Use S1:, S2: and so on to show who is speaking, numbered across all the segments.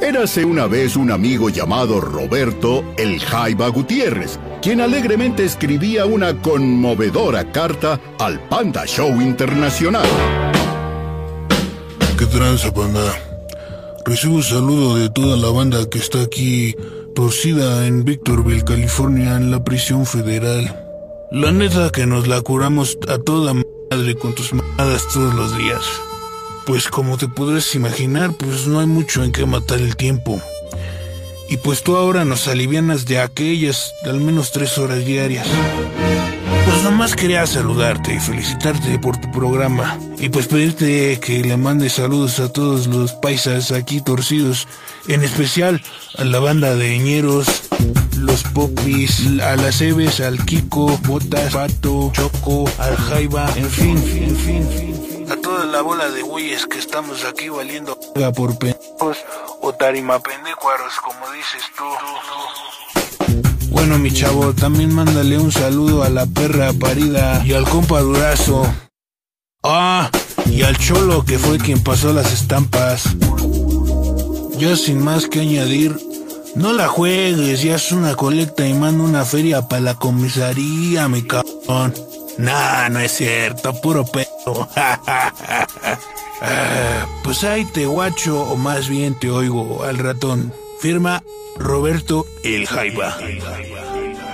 S1: Érase una vez un amigo llamado Roberto El Jaiba Gutiérrez, quien alegremente escribía una conmovedora carta al Panda Show Internacional.
S2: ¿Qué tranza, panda? Recibo saludos de toda la banda que está aquí torcida en Victorville, California, en la prisión federal. La neta que nos la curamos a toda madre con tus mamadas todos los días. Pues como te podrás imaginar, pues no hay mucho en qué matar el tiempo. Y pues tú ahora nos alivianas de aquellas de al menos tres horas diarias. Pues nomás quería saludarte y felicitarte por tu programa. Y pues pedirte que le mandes saludos a todos los paisas aquí torcidos. En especial a la banda de ñeros, los popis, a las Eves, al Kiko, Botas, Pato, Choco, al Jaiba, en fin, en fin, fin. A toda la bola de güeyes que estamos aquí valiendo verga por pendejos o tarimapendecuaros, como dices tú. Bueno, mi chavo, también mándale un saludo a la perra parida y al compa Durazo. Ah, y al cholo que fue quien pasó las estampas. Ya sin más que añadir, no la juegues, ya es una colecta y manda una feria para la comisaría, mi cabrón. Nah, no es cierto, puro pedo. Ah, pues ahí te guacho, o más bien te oigo al ratón. Firma Roberto El Jaiba.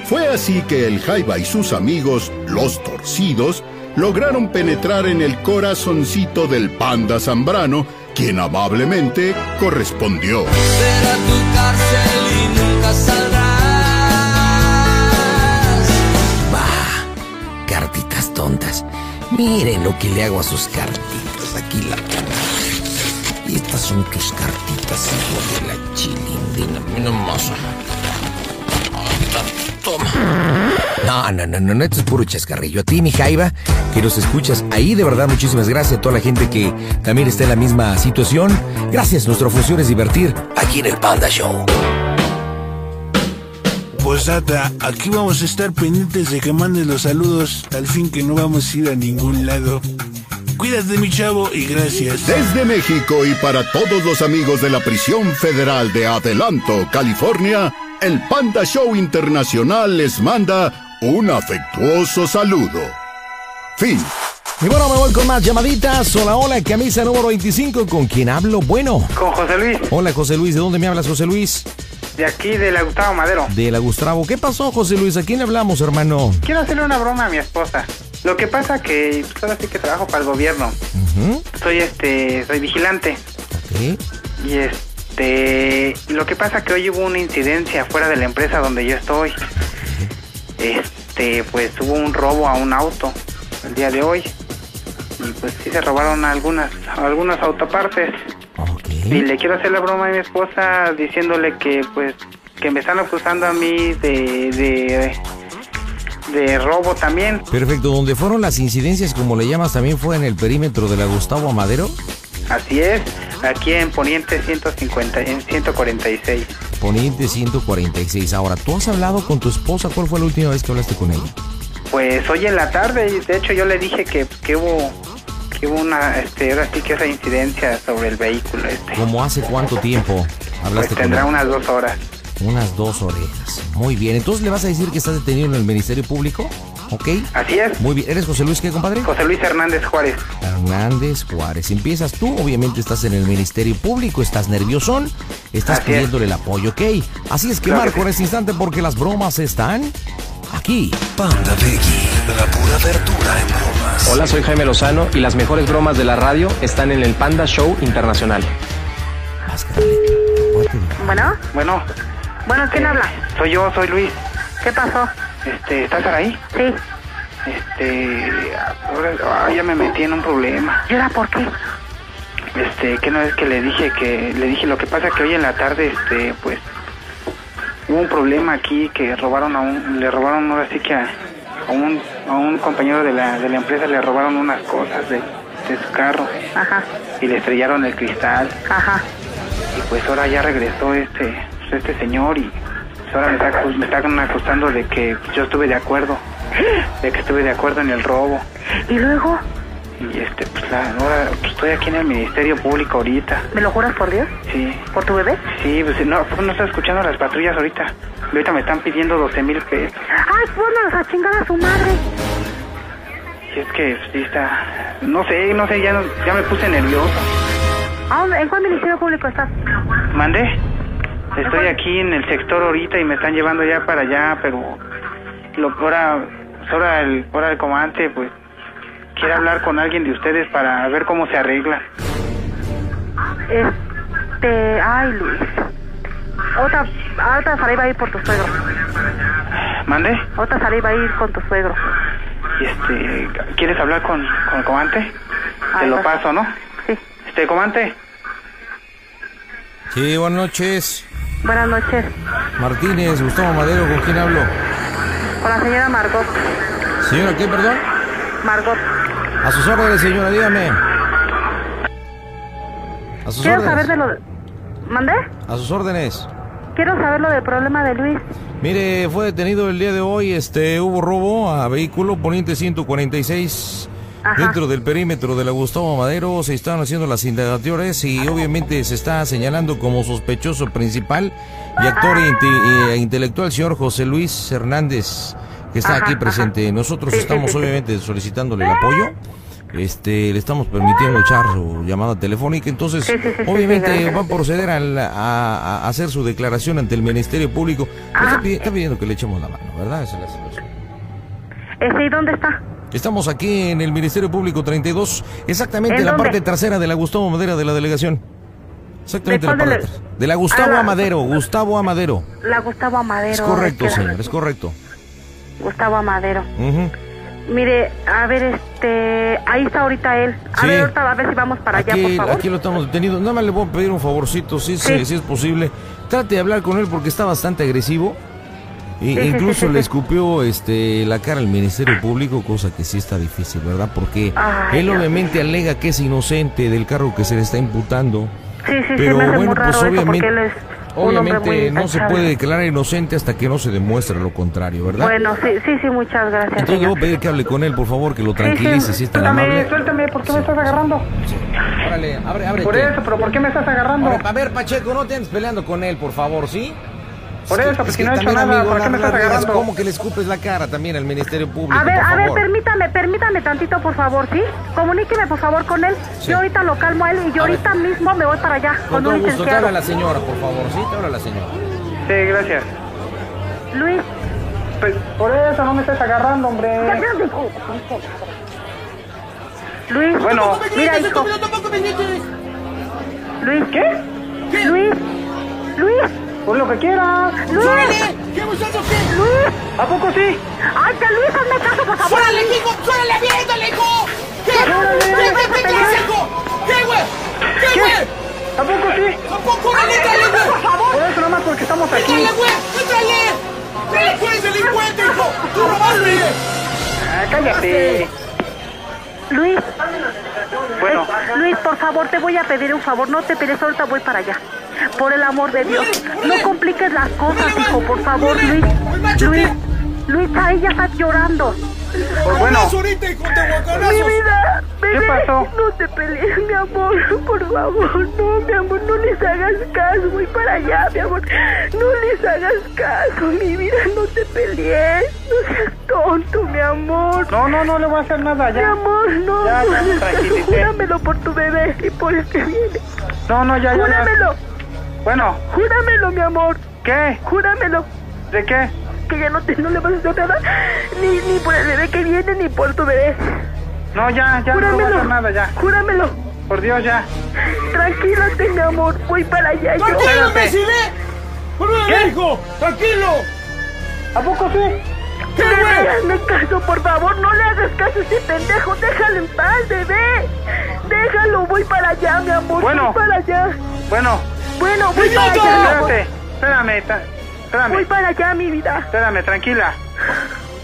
S1: Fue así que el Jaiba y sus amigos, los torcidos, lograron penetrar en el corazoncito del panda Zambrano, quien amablemente correspondió.
S3: Será tu cárcel y nunca saldrás.
S4: Bah, cartitas tontas. Miren lo que le hago a sus cartitas. Aquí la y estas son tus cartitas, hijo de la chilindrina. Mira más. Toma. No, no, no, no, no, esto es puro chascarrillo. A ti, mi Jaiba, que nos escuchas ahí, de verdad, muchísimas gracias a toda la gente que también está en la misma situación. Gracias, nuestra función es divertir aquí en el Panda Show.
S2: Pues Tata, aquí vamos a estar pendientes de que mandes los saludos, al fin que no vamos a ir a ningún lado. Cuídate, mi chavo, y gracias.
S1: Desde México y para todos los amigos de la Prisión Federal de Adelanto, California, el Panda Show Internacional les manda un afectuoso saludo. Fin.
S5: Y bueno, me voy con más llamaditas. Hola, hola, camisa número 25. ¿Con quién hablo? Bueno.
S6: Con José Luis.
S5: Hola, José Luis. ¿De dónde me hablas, José Luis?
S6: De aquí, de la Gustavo Madero.
S5: De la Gustavo. ¿Qué pasó, José Luis? ¿A quién le hablamos, hermano?
S6: Quiero hacerle una broma a mi esposa. Lo que pasa que pues, ahora sí que trabajo para el gobierno.
S5: Ujú.
S6: Soy este, soy vigilante.
S5: Ok.
S6: Y este, lo que pasa que hoy hubo una incidencia fuera de la empresa donde yo estoy. Este, pues hubo un robo a un auto el día de hoy. Y pues sí se robaron algunas algunas autopartes. Y
S5: Ok.
S6: le quiero hacer la broma a mi esposa diciéndole que pues que me están acusando a mí de de, de robo también.
S5: Perfecto. ¿Dónde fueron las incidencias, como le llamas, también fue en el perímetro de la Gustavo Amadero?
S6: Así es, aquí en Poniente 150, en 146.
S5: Poniente 146. Ahora, ¿tú has hablado con tu esposa? ¿Cuál fue la última vez que hablaste con ella?
S6: Pues hoy en la tarde, y de hecho yo le dije que, que hubo que hubo una, este, ahora sí que esa incidencia sobre el vehículo este.
S5: ¿Cómo hace cuánto tiempo
S6: Pues
S5: hablaste con
S6: tendrá
S5: ella?
S6: unas dos horas.
S5: Unas dos orejas. Muy bien. Entonces, ¿le vas a decir que estás detenido en el Ministerio Público? ¿Ok?
S6: Así es,
S5: Muy bien. ¿Eres José Luis qué, compadre?
S6: José Luis Hernández Juárez.
S5: Hernández Juárez. Empiezas tú, obviamente estás en el Ministerio Público, estás nerviosón, estás
S6: Así es.
S5: pidiéndole el apoyo, ¿ok? Así es que
S6: Claro que
S5: marco en
S6: sí.
S5: este instante porque las bromas están aquí.
S7: Panda Veggie, la pura verdura en bromas.
S8: Hola, soy Jaime Lozano y las mejores bromas de la radio están en el Panda Show Internacional.
S5: Vas, Carlita. Aparte de-
S9: Bueno,
S6: Bueno,
S9: bueno, ¿quién habla?
S6: soy yo, soy Luis.
S9: ¿Qué pasó?
S6: Este, ¿estás ahí?
S9: Sí,
S6: Este, ahora ah, ya me metí en un problema.
S9: ¿y ahora por qué?
S6: Este, que no es que le dije que le dije lo que pasa que hoy en la tarde este pues hubo un problema aquí que robaron a un le robaron ahora sí que a, a un a un compañero de la, de la empresa le robaron unas cosas de, de su carro
S9: Ajá,
S6: y le estrellaron el cristal
S9: ajá.
S6: y pues ahora ya regresó este pues, este señor y pues, ahora me, está, acu- me están acusando de que yo estuve de acuerdo de que estuve de acuerdo en el robo
S9: ¿Y luego?
S6: Y este, pues la, ahora pues, estoy aquí en el Ministerio Público ahorita.
S9: ¿Me lo juras por Dios?
S6: Sí,
S9: ¿Por tu bebé?
S6: sí, pues no, pues, no está escuchando las patrullas ahorita. Ahorita me están pidiendo 12 mil pesos.
S9: ¡Ay, pónganos a chingar a su madre!
S6: Y es que pues, sí está, no sé, no sé, ya, no- ya me puse nervioso.
S9: ¿A dónde- ¿En cuál ministerio público estás?
S6: ¿Mande? Estoy aquí en el sector ahorita y me están llevando ya para allá, pero lo ahora, pues ahora el, ahora el comandante, pues, quiere hablar con alguien de ustedes para ver cómo se arregla.
S9: Este... Ay, Luis. Otra, otra saliva ahí por tu suegro.
S6: ¿Mande?
S9: Otra saliva ahí con tu suegro.
S6: Y, Este, ¿quieres hablar con, con el comandante? Te
S9: Ay,
S6: lo
S9: pues.
S6: paso, ¿no?
S9: Sí.
S6: Este, comandante,
S5: Sí, buenas noches.
S9: Buenas noches.
S5: Martínez, Gustavo Madero, ¿con quién hablo?
S9: Con la señora Margot.
S5: Señora, ¿qué, perdón?
S9: Margot.
S5: A sus órdenes, señora, dígame. A sus
S9: Quiero saber
S5: órdenes.
S9: de lo... de- ¿Mandé?
S5: A sus órdenes.
S9: Quiero saber lo del problema de Luis.
S5: Mire, fue detenido el día de hoy, este, hubo robo a vehículo poniente 146
S9: Ajá.
S5: dentro del perímetro de la Gustavo Madero, se están haciendo las indagatorias y obviamente se está señalando como sospechoso principal y actor inte- eh, intelectual señor José Luis Hernández, que está
S9: Ajá,
S5: aquí
S9: ajá.
S5: presente. Nosotros
S9: Sí, sí,
S5: estamos
S9: sí, sí.
S5: obviamente solicitándole el apoyo. Este, le estamos permitiendo echar su llamada telefónica, entonces
S9: Sí, sí, sí, sí, sí,
S5: obviamente
S9: gracias.
S5: va a proceder al- a, a hacer su declaración ante el Ministerio Público. Pero
S9: Ah.
S5: Está, pidi- está pidiendo que le echemos la mano, ¿verdad? Esa es la situación.
S9: Este, ¿y dónde está?
S5: Estamos aquí en el Ministerio Público 32, exactamente
S9: ¿En
S5: la
S9: dónde?
S5: parte trasera de la Gustavo Madero de la delegación. Exactamente
S9: ¿De
S5: la
S9: cuál
S5: parte
S9: dele-
S5: trasera. De la Gustavo
S9: Ah, la-
S5: Amadero, Gustavo Amadero.
S9: La Gustavo Amadero. este.
S5: Es correcto,
S9: Es que-
S5: señor, es correcto.
S9: Gustavo Amadero.
S5: Ujú.
S9: Mire, a ver, este, ahí está ahorita él. A
S5: Sí.
S9: ver, ahorita, a ver si vamos para allá, por
S5: Aquí,
S9: favor.
S5: aquí lo estamos detenido. Nada más le voy a pedir un favorcito, si, es-
S9: Sí.
S5: eh, si es posible. Trate de hablar con él porque está bastante agresivo. E-
S9: Sí, sí, sí,
S5: incluso
S9: sí,
S5: le
S9: sí.
S5: escupió este, la cara al Ministerio Público, cosa que sí está difícil, ¿verdad? Porque
S9: Ay,
S5: él
S9: Dios
S5: obviamente alega que es inocente del cargo que se le está imputando.
S9: Sí, sí, sí,
S5: Pero
S9: me hace
S5: bueno,
S9: muy raro
S5: pues
S9: eso porque
S5: obviamente,
S9: él es un hombre
S5: obviamente
S9: muy
S5: no se
S9: intachable.
S5: puede declarar inocente hasta que no se demuestre lo contrario, ¿verdad?
S9: Bueno, sí, sí, sí, muchas gracias.
S5: Entonces le
S9: señor.
S5: voy a pedir que hable con él, por favor, que lo
S9: Sí, sí,
S5: tranquilice, si es tan
S6: suéltame,
S5: amable.
S6: suéltame, ¿por qué me estás agarrando?
S5: Órale, abre, abre.
S6: Por eso, pero ¿por qué me estás agarrando?
S5: a ver, Pacheco, no te andes peleando con él, por favor, ¿sí?
S6: Por
S5: Es que-
S6: eso, pues
S5: es
S6: si
S5: que
S6: no he hecho
S5: también,
S6: nada,
S5: amigo,
S6: ¿por qué
S5: no-
S6: me
S5: no
S6: estás
S5: le hagas
S6: agarrando?
S5: como que le escupes la cara también al Ministerio Público?
S9: A ver,
S5: por
S9: a ver,
S5: favor?
S9: permítame, permítame tantito, por favor, ¿sí? Comuníqueme, por favor, con él.
S5: Sí.
S9: Yo ahorita lo calmo a él y yo
S5: A ver.
S9: ahorita mismo me voy para allá con,
S5: Con todo
S9: un
S5: gusto, te
S9: licenciado.
S5: habla la señora, por favor, ¿sí? Te habla la señora.
S6: Sí, gracias.
S9: Luis,
S6: Pues, por eso no me estás agarrando, hombre.
S9: Luis,
S6: Bueno.
S9: mira, hijo. Luis, ¿qué? Luis, Luis,
S6: Por lo que quieras.
S9: Luis. Luis,
S6: ¿A poco sí?
S9: ay, que Luis, hazme caso, por favor.
S10: ¡Suélale, hijo! ¡Suélale, aviéntale, hijo! ¿Qué? ¿Qué, qué, qué, qué haces, hijo? ¿Qué, güey? ¿Qué, güey?
S6: ¿A poco sí?
S10: ¡Tampoco, órale, échale, güey!
S6: Por eso nomás porque estamos aquí.
S10: ¡Échale, güey! ¡Échale! ¡Tú eres delincuente, hijo! ¡Tú robaste!
S6: Ah, cállate.
S9: Luis, eh,
S6: Bueno,
S9: Luis, por favor, te voy a pedir un favor. No te pides, ahorita voy para allá. Por el amor de Dios, no compliques las cosas, hijo, por favor, Luis. Luis, Luis, ahí ya estás llorando.
S6: pues bueno,
S10: ¡Abrazo ahorita, hijo! ¡Te
S9: Mi
S10: guacanazos!
S9: vida, bebé,
S6: pasó?
S9: no te pelees, mi amor, por favor, no, mi amor, no les hagas caso, voy para allá, mi amor, no les hagas caso, mi vida, no te pelees, no seas tonto, mi amor.
S6: no, no, no le voy a hacer nada
S9: Mi
S6: ya.
S9: amor, no,
S6: Ya, ya,
S9: no,
S6: tranquilícese.
S9: júramelo por tu bebé y por el que viene.
S6: No, no, ya, ya. ya.
S9: Júramelo,
S6: Bueno,
S9: júramelo, mi amor,
S6: ¿qué?
S9: júramelo
S6: ¿De qué?
S9: que ya no, te, no le vas a hacer nada, ni, ni por el bebé que viene, ni por tu bebé.
S6: No, ya, ya no le voy a
S9: Júramelo,
S6: hacer nada ya.
S9: júramelo.
S6: Por Dios, ya.
S9: Tranquilate, mi amor, voy para allá. Yo.
S10: ¡Tranquilo,
S6: Espérate.
S10: imbécil, eh! ¡Órale, hijo! ¡Tranquilo!
S6: ¿A poco sí?
S10: ¿Qué,
S9: Bebé,
S10: güey?
S9: hazme caso, por favor, no le hagas caso a ese pendejo, déjalo en paz, bebé. Déjalo, voy para allá, mi amor,
S6: Bueno.
S9: voy para allá.
S6: Bueno,
S9: Bueno, voy para
S10: ¡Idiota!
S9: allá, mi amor.
S6: espérate. Espérame, ta-
S9: Voy
S6: espérame,
S9: para allá, mi vida.
S6: espérame, tranquila.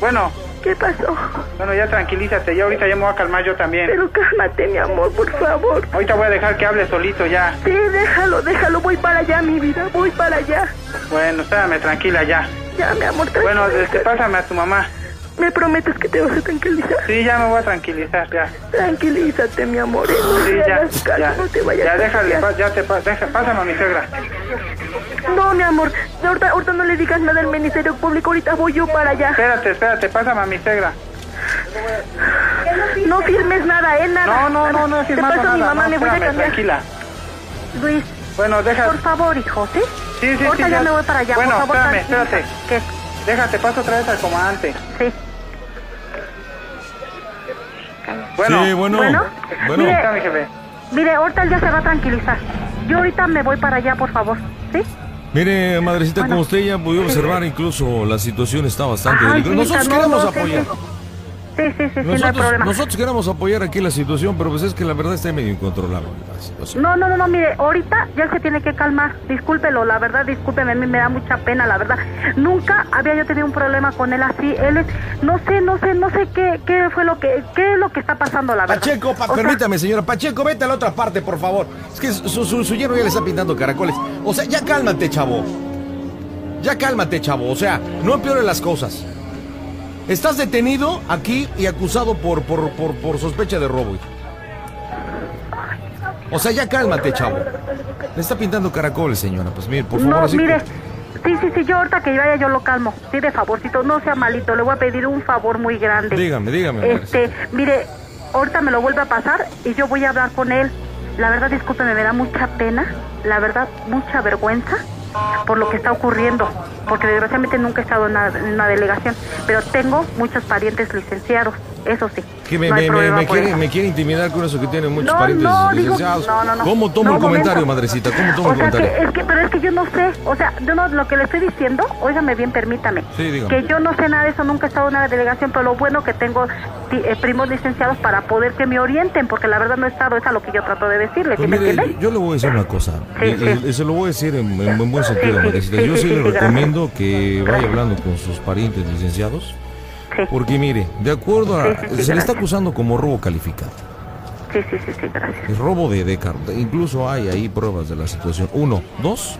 S6: Bueno,
S9: ¿Qué pasó?
S6: bueno, ya tranquilízate. Ya ahorita ya me voy a calmar yo también.
S9: Pero cálmate, mi amor, por favor.
S6: Ahorita voy a dejar que hable solito ya.
S9: Sí, déjalo, déjalo, voy para allá, mi vida, voy para allá.
S6: Bueno, espérame, tranquila ya.
S9: Ya, mi amor,
S6: Bueno,
S9: tranquila.
S6: este, pásame a tu mamá.
S9: ¿Me prometes que te vas a tranquilizar?
S6: Sí, ya me voy a tranquilizar, ya.
S9: Tranquilízate, mi amor. y No,
S6: Sí,
S9: le
S6: ya,
S9: hagas caso,
S6: ya.
S9: no te vayas
S6: Ya,
S9: a
S6: déjale,
S9: confiar.
S6: pa- ya te pa- deja, pásame a mi suegra.
S9: No, mi amor. Ahorita, ahorita no le digas nada al Ministerio Público. Ahorita voy yo para allá.
S6: Espérate, espérate, pásame a mi suegra.
S9: No firmes nada, ¿eh? Nada.
S6: No, no, no, no he
S9: Te
S6: firmado
S9: paso a mi
S6: nada,
S9: mamá,
S6: no,
S9: me voy a
S6: espérame,
S9: cambiar.
S6: tranquila.
S9: Luis.
S6: Bueno, deja.
S9: Por favor, hijo, ¿sí?
S6: Sí, sí,
S9: Ahorita
S6: sí,
S9: ya me voy para allá.
S6: Bueno,
S9: por favor,
S6: espérame,
S9: tranquila.
S6: espérate.
S9: ¿Qué?
S6: Déjate, paso otra vez al comandante.
S9: Sí.
S6: Bueno.
S5: Sí, bueno.
S9: Bueno.
S5: Bueno.
S9: Mire,
S6: Está mi jefe.
S9: mire, ahorita él ya se va a tranquilizar. Yo ahorita me voy para allá, por favor, ¿sí?
S5: Mire, madrecita,
S9: Bueno.
S5: como usted ya pudo observar, incluso la situación está bastante
S9: Ajá,
S5: delicada.
S9: sí,
S5: Nosotros
S9: no,
S5: queremos
S9: no, sí,
S5: apoyar.
S9: Sí, sí, sí, sí, no hay
S5: Nosotros,
S9: problema.
S5: nosotros queremos apoyar aquí la situación, pero pues es que la verdad está medio incontrolable la situación.
S9: No, no, no, no, mire, ahorita ya se tiene que calmar. Discúlpelo, la verdad, discúlpeme, a mí me da mucha pena, la verdad. Nunca había yo tenido un problema con él así. Él es, no sé, no sé, no sé qué, qué fue lo que, qué es lo que está pasando, la verdad.
S5: Pacheco, pa-
S9: O sea,
S5: permítame, señora. Pacheco, vete a la otra parte, por favor. Es que su, su, su yerno ya le está pintando caracoles. O sea, ya cálmate, chavo. Ya cálmate, chavo. O sea, no empeore las cosas. Estás detenido aquí y acusado por, por, por, por sospecha de robo. O sea, ya cálmate, chavo. Le está pintando caracoles, señora. Pues mire, por favor,
S9: no,
S5: así-
S9: mire, sí, sí, sí, yo ahorita que vaya yo lo calmo. Sí, de favorcito, no sea malito, le voy a pedir un favor muy grande.
S5: Dígame, dígame. Marcia.
S9: Este, mire, ahorita me lo vuelve a pasar y yo voy a hablar con él. La verdad, discúlpeme, me da mucha pena, la verdad, mucha vergüenza por lo que está ocurriendo, porque desgraciadamente nunca he estado en una, en una delegación, pero tengo muchos parientes licenciados, eso sí.
S5: Que me,
S9: no hay
S5: me- me-
S9: problema
S5: me
S9: por
S5: quiere,
S9: eso.
S5: me quiere intimidar con eso que tiene muchos
S9: No,
S5: parientes
S9: no, digo,
S5: licenciados.
S9: no, no, no.
S5: ¿Cómo tomo
S9: No,
S5: el comentario,
S9: momento.
S5: madrecita? ¿Cómo tomo
S9: O
S5: el
S9: sea,
S5: comentario?
S9: que, es que, pero es que yo no sé, o sea, yo no, lo que le estoy diciendo, óigame bien, permítame,
S5: Sí, dígame.
S9: que yo no sé nada de eso, nunca he estado en una delegación, pero lo bueno que tengo ti- eh, primos licenciados para poder que me orienten, porque la verdad no he estado, es a lo que yo trato de decirle, ¿sí
S5: Pues
S9: me
S5: mire,
S9: entiende?
S5: yo, yo le voy a decir una cosa,
S9: Sí,
S5: y- y-
S9: sí.
S5: y se lo voy a decir en, en- en buen sentido,
S9: Sí, sí,
S5: Margarita.
S9: sí,
S5: Yo
S9: sí,
S5: sí le
S9: sí, gracias.
S5: recomiendo que vaya hablando con sus parientes licenciados,
S9: Sí.
S5: porque mire, de acuerdo
S9: Sí,
S5: a...
S9: sí,
S5: Se
S9: sí,
S5: le está
S9: gracias.
S5: acusando como robo calificado,
S9: Sí, sí, sí, sí, gracias.
S5: es robo de, de carro. Incluso hay ahí pruebas de la situación. Uno, dos,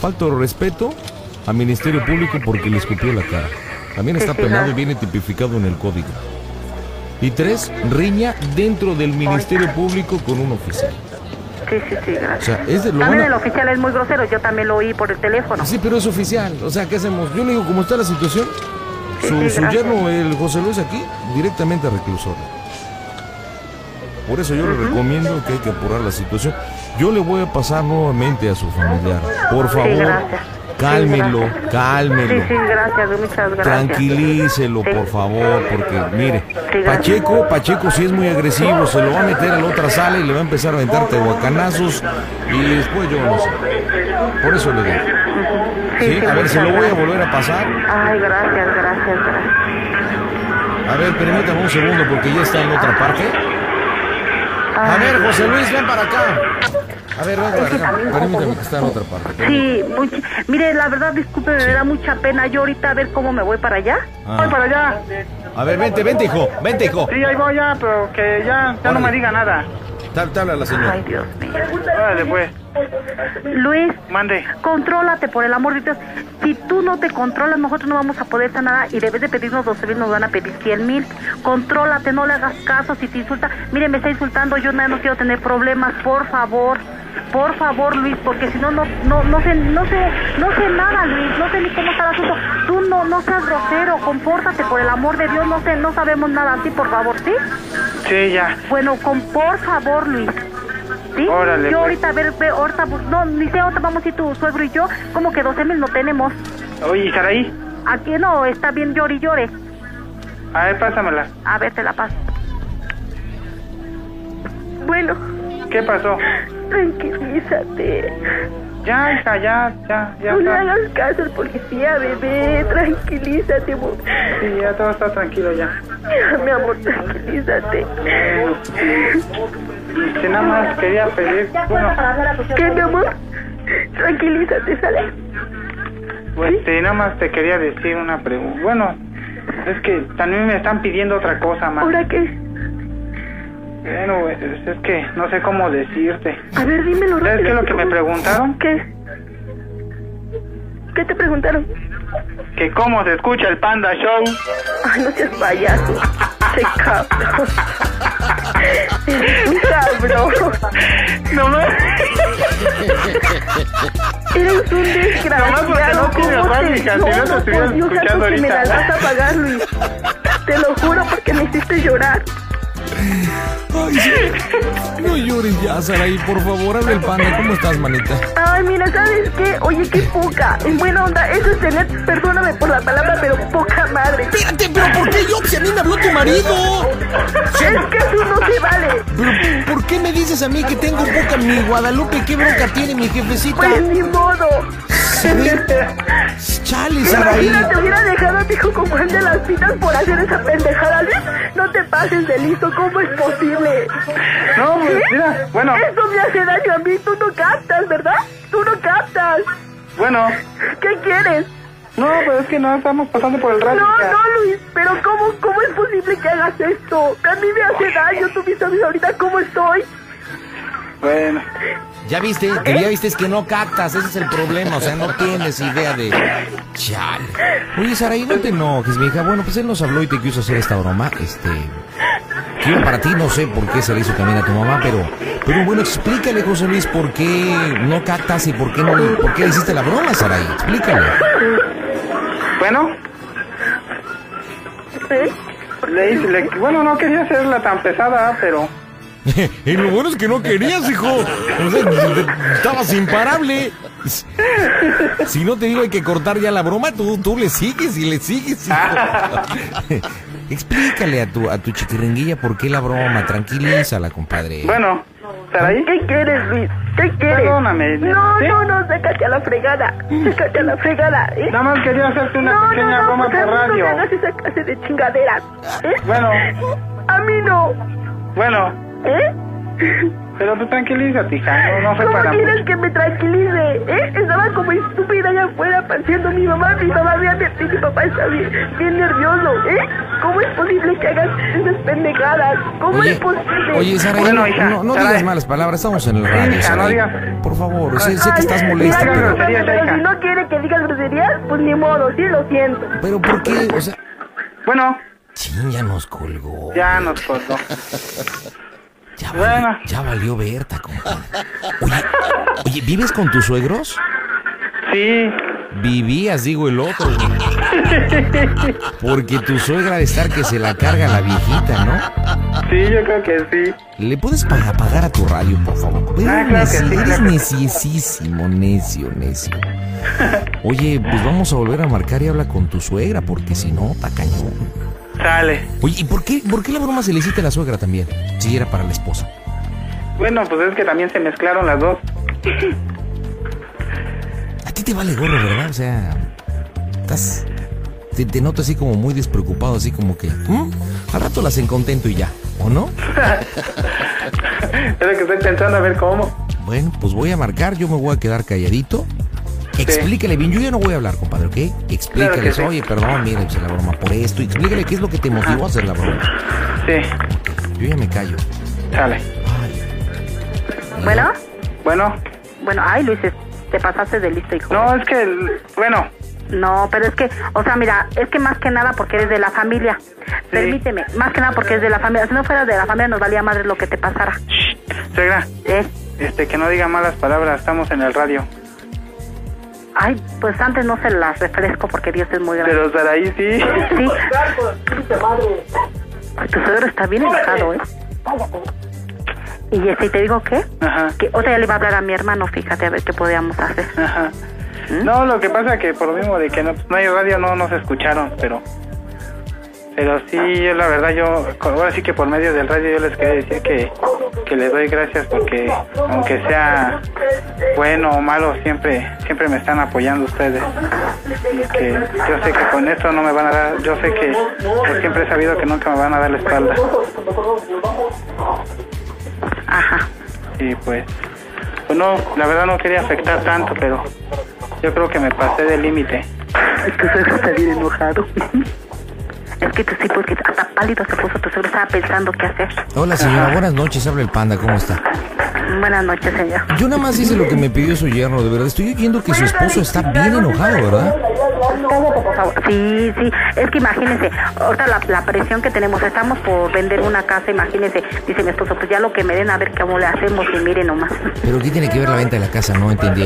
S5: falta de respeto al Ministerio Público porque le escupió la cara. También
S9: Sí,
S5: está
S9: sí,
S5: penado
S9: claro.
S5: y viene tipificado en el código. Y tres, riña dentro del Ministerio Público con un oficial.
S9: Sí, sí, sí, gracias.
S5: O sea, es de lo
S9: también
S5: van a-
S9: el oficial es muy grosero, yo también lo oí por el teléfono.
S5: Sí, pero es oficial. O sea, ¿qué hacemos? Yo le digo, ¿cómo está la situación?
S9: Sí,
S5: Su,
S9: sí,
S5: su
S9: gracias.
S5: yerno, el José Luis, aquí, directamente a reclusorio. Por eso yo le recomiendo que hay que apurar la situación. Yo le voy a pasar nuevamente a su familiar. Por
S9: Sí,
S5: favor,
S9: gracias. Sí,
S5: cálmelo,
S9: gracias. Sí,
S5: cálmelo.
S9: sí, gracias, muchas gracias.
S5: Tranquilícelo,
S9: Sí.
S5: por favor, porque mire,
S9: gracias.
S5: Pacheco, Pacheco sí es muy agresivo, se lo va a meter a la otra sala y le va a empezar a aventar tehuacanazos y después yo no sé. Por eso le digo. Sí, a ver, se
S9: muchas
S5: lo voy a
S9: gracias.
S5: volver a pasar.
S9: Ay, gracias, gracias, gracias.
S5: A ver, permítame un segundo porque ya está en otra parte. A ver, José Luis, ven para acá. A ver, ven para acá. Permítame que está en otra parte.
S9: Sí, much- mire, la verdad, disculpe, me da mucha pena. Yo ahorita a ver cómo me voy para allá.
S5: Ah.
S6: Voy para allá.
S5: A ver, vente, vente, hijo. Vente, hijo.
S6: Sí, ahí voy ya, pero que ya, ya no
S5: Órale.
S6: me diga nada.
S5: Tab- Tabla a la señora.
S9: Ay, Dios mío.
S6: Órale, pues.
S9: Luis,
S6: Mande.
S9: contrólate, por el amor de Dios. Si tú no te controlas, nosotros no vamos a poder hacer nada y debes de pedirnos 12 mil, nos van a pedir 100 mil. Contrólate, no le hagas caso si te insulta. Mire, me está insultando, yo no, no quiero tener problemas, por favor. Por favor, Luis, porque si no, no, no, no sé, no sé, no sé nada, Luis, no sé ni cómo está el asunto. Tú no, no seas grosero, compórtate, por el amor de Dios, no sé, no sabemos nada, sí, por favor, ¿sí?
S6: Sí, ya.
S9: Bueno, con por favor, Luis. ¿Sí?
S6: Órale,
S9: yo
S6: pues.
S9: ahorita, a ver, ve, ahorita, bus- no, ni sé, ahorita vamos a ir tu suegro y yo, como que 12 mil no tenemos.
S6: Oye, ¿y Saraí?
S9: Aquí no, está bien, llore y llore.
S6: A ver, pásamela.
S9: A ver, te la paso. Bueno,
S6: ¿Qué pasó?
S9: tranquilízate.
S6: Ya, hija, ya, ya, ya.
S9: No le
S6: Está.
S9: hagas caso al policía, bebé. Tranquilízate, amor.
S6: Sí, ya todo está tranquilo ya.
S9: Mi amor, tranquilízate.
S6: Si Este, nada más quería pedir, bueno,
S9: ¿Qué, mi amor? Tranquilízate, ¿sale?
S6: este, nada más te quería decir una pregunta. Bueno, es que también me están pidiendo otra cosa más.
S9: ¿Ahora qué?
S6: Bueno, es es que no sé cómo decirte.
S9: A ver, dímelo
S6: ¿Sabes qué
S9: rápido.
S6: es lo que me preguntaron?
S9: ¿Qué? ¿Qué te preguntaron?
S6: que cómo se escucha el Panda Show.
S9: Ay, no seas payaso. Se cabrón. Eres un cabrón.
S6: No más.
S9: Eres un
S6: Nomás porque
S9: desgraciado.
S6: no tienes
S9: ¿Cómo
S6: radio, hija, si no te
S9: no,
S6: estuvieras
S9: por Dios,
S6: escuchando
S9: algo que me la
S6: ahorita.
S9: vas a pagar, Luis. Te lo juro porque me hiciste llorar.
S5: No llores ya, Saraí, por favor, habla el panda. ¿Cómo estás, manita?
S9: Ay, mira, ¿sabes qué? Oye, qué poca. En buena onda, eso es tener, perdóname por la palabra, pero poca madre.
S10: Espérate, pero ¿por qué yo? Si a mí me habló tu marido.
S9: Es que eso no se vale.
S10: Pero ¿por qué me dices a mí que tengo poca mi Guadalupe? ¿Qué bronca tiene mi jefecita?
S9: Pues ni modo.
S10: Chale, Saraí.
S9: Imagínate, hubiera dejado a tu hijo con Juan de las Pitas por hacer esa pendejada, Luis. No te pases de listo, ¿cómo es posible?
S6: No, pues,
S9: ¿Sí?
S6: mira, bueno.
S9: Esto me hace daño a mí, tú no captas, ¿verdad? Tú no captas.
S6: Bueno,
S9: ¿Qué quieres?
S6: no, pero es que no estamos pasando por el
S9: No,
S6: radio. hija.
S9: no, Luis, pero ¿cómo, ¿cómo es posible que hagas esto? A mí me hace daño, tú me sabes ahorita cómo estoy.
S6: Bueno,
S5: Ya viste, que ya viste es que no captas, ese es el problema, o sea, no tienes idea de... Chale. Oye, Saraí, no te enojes, mi hija. Bueno, pues él nos habló y te quiso hacer esta broma, este... Yo para ti no sé por qué se le hizo también a tu mamá, pero... Pero bueno, explícale, José Luis, por qué no captas y por qué no le... ¿Por qué le hiciste la broma, Saraí? Explícale.
S6: bueno,
S9: ¿Eh?
S6: le, hice- le- bueno, no quería hacerla tan pesada, pero
S5: y lo bueno es que no querías, hijo. O sea, estabas imparable. Si no te digo hay que cortar ya la broma, tú, tú le sigues y le sigues, hijo. Explícale a tu, a tu chiquiringuilla por qué la broma. Tranquilízala, compadre.
S6: bueno, Saraí,
S9: ¿Qué quieres, Luis? ¿Qué quieres?
S6: Perdóname, nena,
S9: No,
S6: ¿sí?
S9: no, no, sácate a la fregada. Sácate a la fregada, ¿eh?
S6: nada más quería hacerte una
S9: no,
S6: pequeña
S9: no,
S6: broma
S9: no, pues,
S6: por
S9: a mí
S6: radio.
S9: No me hagas esa clase de chingaderas. ¿eh?
S6: Bueno.
S9: A mí no.
S6: Bueno,
S9: ¿Eh?
S6: pero tú tranquilízate, hija, no, no fue
S9: ¿Cómo
S6: para
S9: quieres
S6: mucho.
S9: que me tranquilice? ¿Eh? Estaba como estúpida allá afuera pareciendo mi mamá. Mi mamá, fíjate, mi papá está bien, bien nervioso. ¿Eh? ¿Cómo es posible que hagas esas pendejadas?
S6: pues,
S9: ¿Cómo es
S5: Oye,
S9: posible?
S5: oye Saraí,
S6: Bueno,
S5: no-
S6: hija,
S5: no, no
S6: Saraí.
S5: digas malas palabras, estamos en el
S6: Sí,
S5: radio,
S6: hija, no
S5: Saraí.
S6: digas.
S5: Por favor, sé, sé
S9: Ay,
S5: que estás
S9: mira,
S5: molesta,
S9: no,
S5: pero,
S9: no, no, pero
S6: hija.
S9: si no quiere que digas groserías, pues ni modo, sí lo siento.
S5: pero ¿por qué? O sea,
S6: Bueno,
S5: chin, ya nos colgó.
S6: ya nos cortó.
S5: Ya,
S6: Bueno.
S5: valió, ya valió Berta, compadre. Oye, oye, ¿vives con tus suegros?
S6: Sí,
S5: Vivías, digo el otro. güey. Porque tu suegra de estar que se la carga la viejita, ¿no?
S6: sí, yo creo que sí.
S5: ¿Le puedes pa- apagar a tu radio, por favor? Eres,
S6: Ah, claro que
S5: neci-
S6: sí,
S5: eres
S6: claro que sí.
S5: neciesísimo, necio, necio. Oye, pues vamos a volver a marcar y habla con tu suegra, porque si no, está cañón.
S6: Sale.
S5: Oye, ¿y por qué, por qué la broma se le hiciste a la suegra también? Si era para la esposa.
S6: Bueno, pues es que también se mezclaron las dos.
S5: A ti te vale gorro, ¿verdad? O sea, estás. Te, te noto así como muy despreocupado, así como que. ¿Mm? Al rato las encontento y ya, ¿o no?
S6: Es lo que estoy pensando a ver cómo.
S5: Bueno, pues voy a marcar, yo me voy a quedar calladito. Explícale bien, yo ya no voy a hablar, compadre, ¿ok? Explícale,
S6: Claro que sí.
S5: oye, perdón, mire, pues, la broma por esto. y Explícale qué es lo que te motivó a hacer la broma.
S6: Sí,
S5: Yo ya me callo.
S6: sale.
S9: Bueno,
S6: Bueno,
S9: bueno, ay, Luis, es- te pasaste de listo, hijo.
S6: no, es que, el- bueno,
S9: No, pero es que, o sea, mira, es que más que nada porque eres de la familia. Permíteme, más que nada porque eres de la familia. Si no fueras de la familia, nos valía madre lo que te pasara.
S6: shh, suegra,
S9: ¿eh?
S6: este, que no diga malas palabras, estamos en el radio.
S9: Ay, pues antes no se las refresco porque Dios es muy grande.
S6: Pero Saraí sí.
S9: Sí. Ay, tu suegro está bien enojado, ¿eh? Y si te digo qué,
S6: Ajá,
S9: que otra ya le iba a hablar a mi hermano, fíjate a ver qué podíamos hacer.
S6: ajá. No, lo que pasa que por lo mismo de que no, no hay radio, no nos escucharon, pero... Pero sí, yo la verdad, yo, con- ahora sí que por medio del radio yo les quería decir que, que les doy gracias porque, aunque sea bueno o malo, siempre siempre me están apoyando ustedes. Y que yo sé que con esto no me van a dar, yo sé que que siempre he sabido que nunca me van a dar la espalda.
S9: Ajá.
S6: Y pues, pues no, la verdad no quería afectar tanto, pero yo creo que me pasé del límite.
S9: Ay, tu suegro está bien enojado. Es que tú sí, porque hasta pálido se puso tu suegro, estaba pensando qué hacer.
S5: Hola, señora, buenas noches, habla el panda, ¿cómo está?
S9: Buenas noches, señor.
S5: Yo nada más hice lo que me pidió su yerno, de verdad. Estoy oyendo que su esposo está bien enojado, ¿verdad?
S4: Cállate, por favor. Sí, sí. Es que imagínense, ahorita la, la presión que tenemos, estamos por vender una casa, imagínense. Dice mi esposo, pues ya lo que me den, a ver cómo le hacemos y miren nomás.
S5: Pero ¿qué tiene que ver la venta de la casa? No entendí.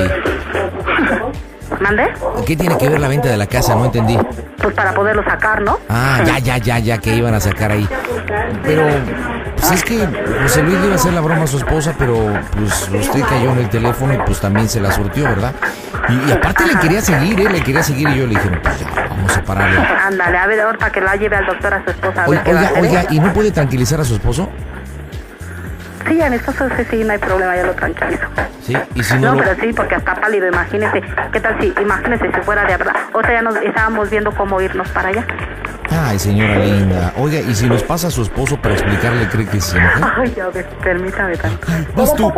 S4: ¿Mande?
S5: ¿Qué tiene que ver la venta de la casa? No entendí.
S4: Pues para poderlo sacar, ¿no?
S5: Ah, ya, ya, ya, ya, que iban a sacar ahí. Pero, pues es que José Luis le iba a hacer la broma a su esposa, pero pues usted cayó en el teléfono y pues también se la surtió, ¿verdad? Y, y aparte le quería seguir, ¿eh? Le quería seguir y yo le dije, no, pues ya, vamos a pararlo.
S4: Ándale, a ver, ahorita que la lleve al doctor a su esposa. A ver
S5: Oiga,
S4: qué va a
S5: oiga,
S4: hacer.
S5: oiga, ¿y no puede tranquilizar a su esposo?
S4: Sí, a mi esposo sí, sí, no hay problema, yo lo tranquilizo.
S5: Sí, y si no
S4: No,
S5: lo...
S4: pero sí, porque está pálido, imagínese. ¿Qué tal si, imagínese si fuera de verdad? O sea, ya nos estábamos viendo cómo irnos para allá.
S5: Ay, señora linda. Oiga, ¿y si nos pasa a su esposo para explicarle, cree que se enoja?
S4: Ay, a ver, permítame tanto.
S5: Vas tú,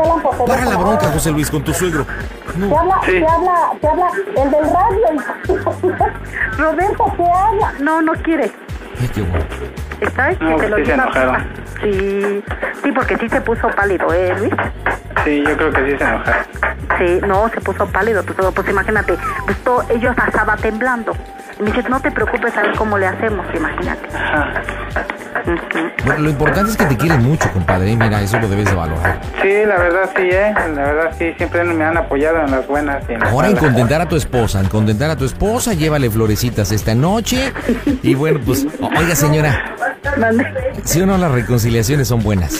S5: para la bronca, José Luis, con tu suegro.
S9: ¿Qué habla? ¿Qué habla? ¿Qué habla? El del radio.
S4: Roberto, ¿qué habla? No, no quiere.
S5: Ay, qué bueno.
S4: ¿Está?
S6: No,
S4: te lo
S6: sí se
S4: lleva-
S6: enojaron.
S4: Sí, sí, porque sí se puso pálido, ¿eh, Luis?
S6: Sí, yo creo que sí se enojaron.
S4: Sí, no, se puso pálido, pues, todo, pues imagínate, pues todo, ellos estaba temblando. Y me dice, no te preocupes, a ver cómo le hacemos, imagínate.
S5: Bueno, lo importante es que te quieren mucho, compadre. y Mira, eso lo debes de valorar.
S6: Sí, la verdad sí, ¿eh? La verdad sí, siempre me han apoyado en las buenas y en las
S5: Ahora en
S6: malas.
S5: contentar a tu esposa, en contentar a tu esposa, llévale florecitas esta noche. Y bueno, pues, o- oiga señora, si o no las reconciliaciones son buenas.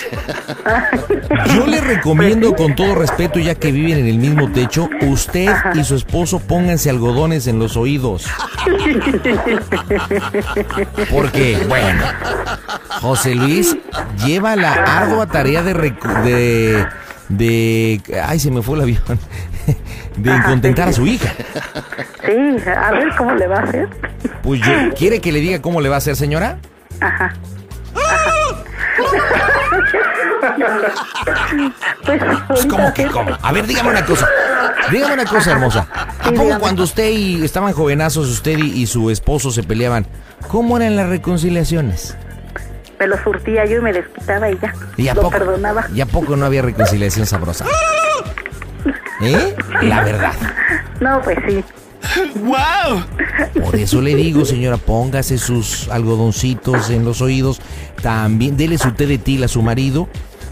S5: Yo le recomiendo con todo respeto, ya que viven en el mismo techo, usted y su esposo pónganse algodones en los oídos. Porque, bueno, José Luis lleva la ardua tarea de, recu- de, de... Ay, se me fue el avión. De contentar a su hija.
S4: Sí, a ver cómo le va a hacer.
S5: Pues yo, ¿quiere que le diga cómo le va a hacer, señora?
S4: Ajá. pues,
S5: ¿Cómo que cómo? A ver, dígame una cosa. Dígame una cosa, hermosa. ¿A poco cuando usted y estaban jovenazos, usted y, y su esposo se peleaban, ¿cómo eran las reconciliaciones?
S4: me lo surtía yo y me desquitaba y ya.
S5: ¿Y a
S4: lo
S5: poco?
S4: perdonaba.
S5: ¿Y a poco no había reconciliación sabrosa? ¿Eh? La verdad.
S4: No, pues sí.
S11: ¡Wow!
S5: Por eso le digo, señora, póngase sus algodoncitos en los oídos. También dele su té de til a su marido.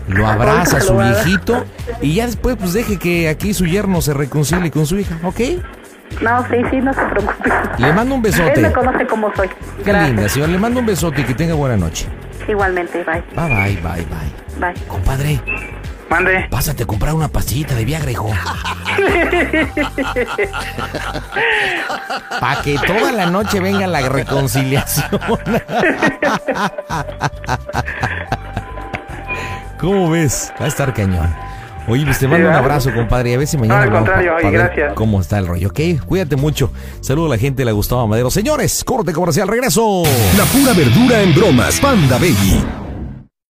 S5: Lo abraza a su viejito. Y ya después, pues deje que aquí su yerno se reconcilie con su hija, ¿ok?
S4: No, sí, sí, no se preocupe.
S5: Le mando un
S4: Él me
S5: besote.
S4: conoce como soy.
S5: Qué linda, señora. Le mando un besote y que tenga buena noche.
S4: Igualmente, bye,
S5: Bye, bye, bye, bye.
S4: bye.
S5: Compadre.
S6: Mande.
S5: Pásate a comprar una pastillita de Viagra, hijo. Pa' que toda la noche venga la reconciliación. ¿Cómo ves? Va a estar cañón. Oye, pues te mando un
S6: ¿verdad?
S5: abrazo, compadre. Y a ver si
S6: No,
S5: mañana.
S6: al
S5: hablamos
S6: contrario,
S5: pa-
S6: ay,
S5: pa' ver
S6: gracias.
S5: ¿Cómo está el rollo? ¿Ok? Cuídate mucho. Saludo a la gente de la Gustavo Madero. Señores, corte comercial, regreso.
S1: La pura verdura en bromas, Panda Baby.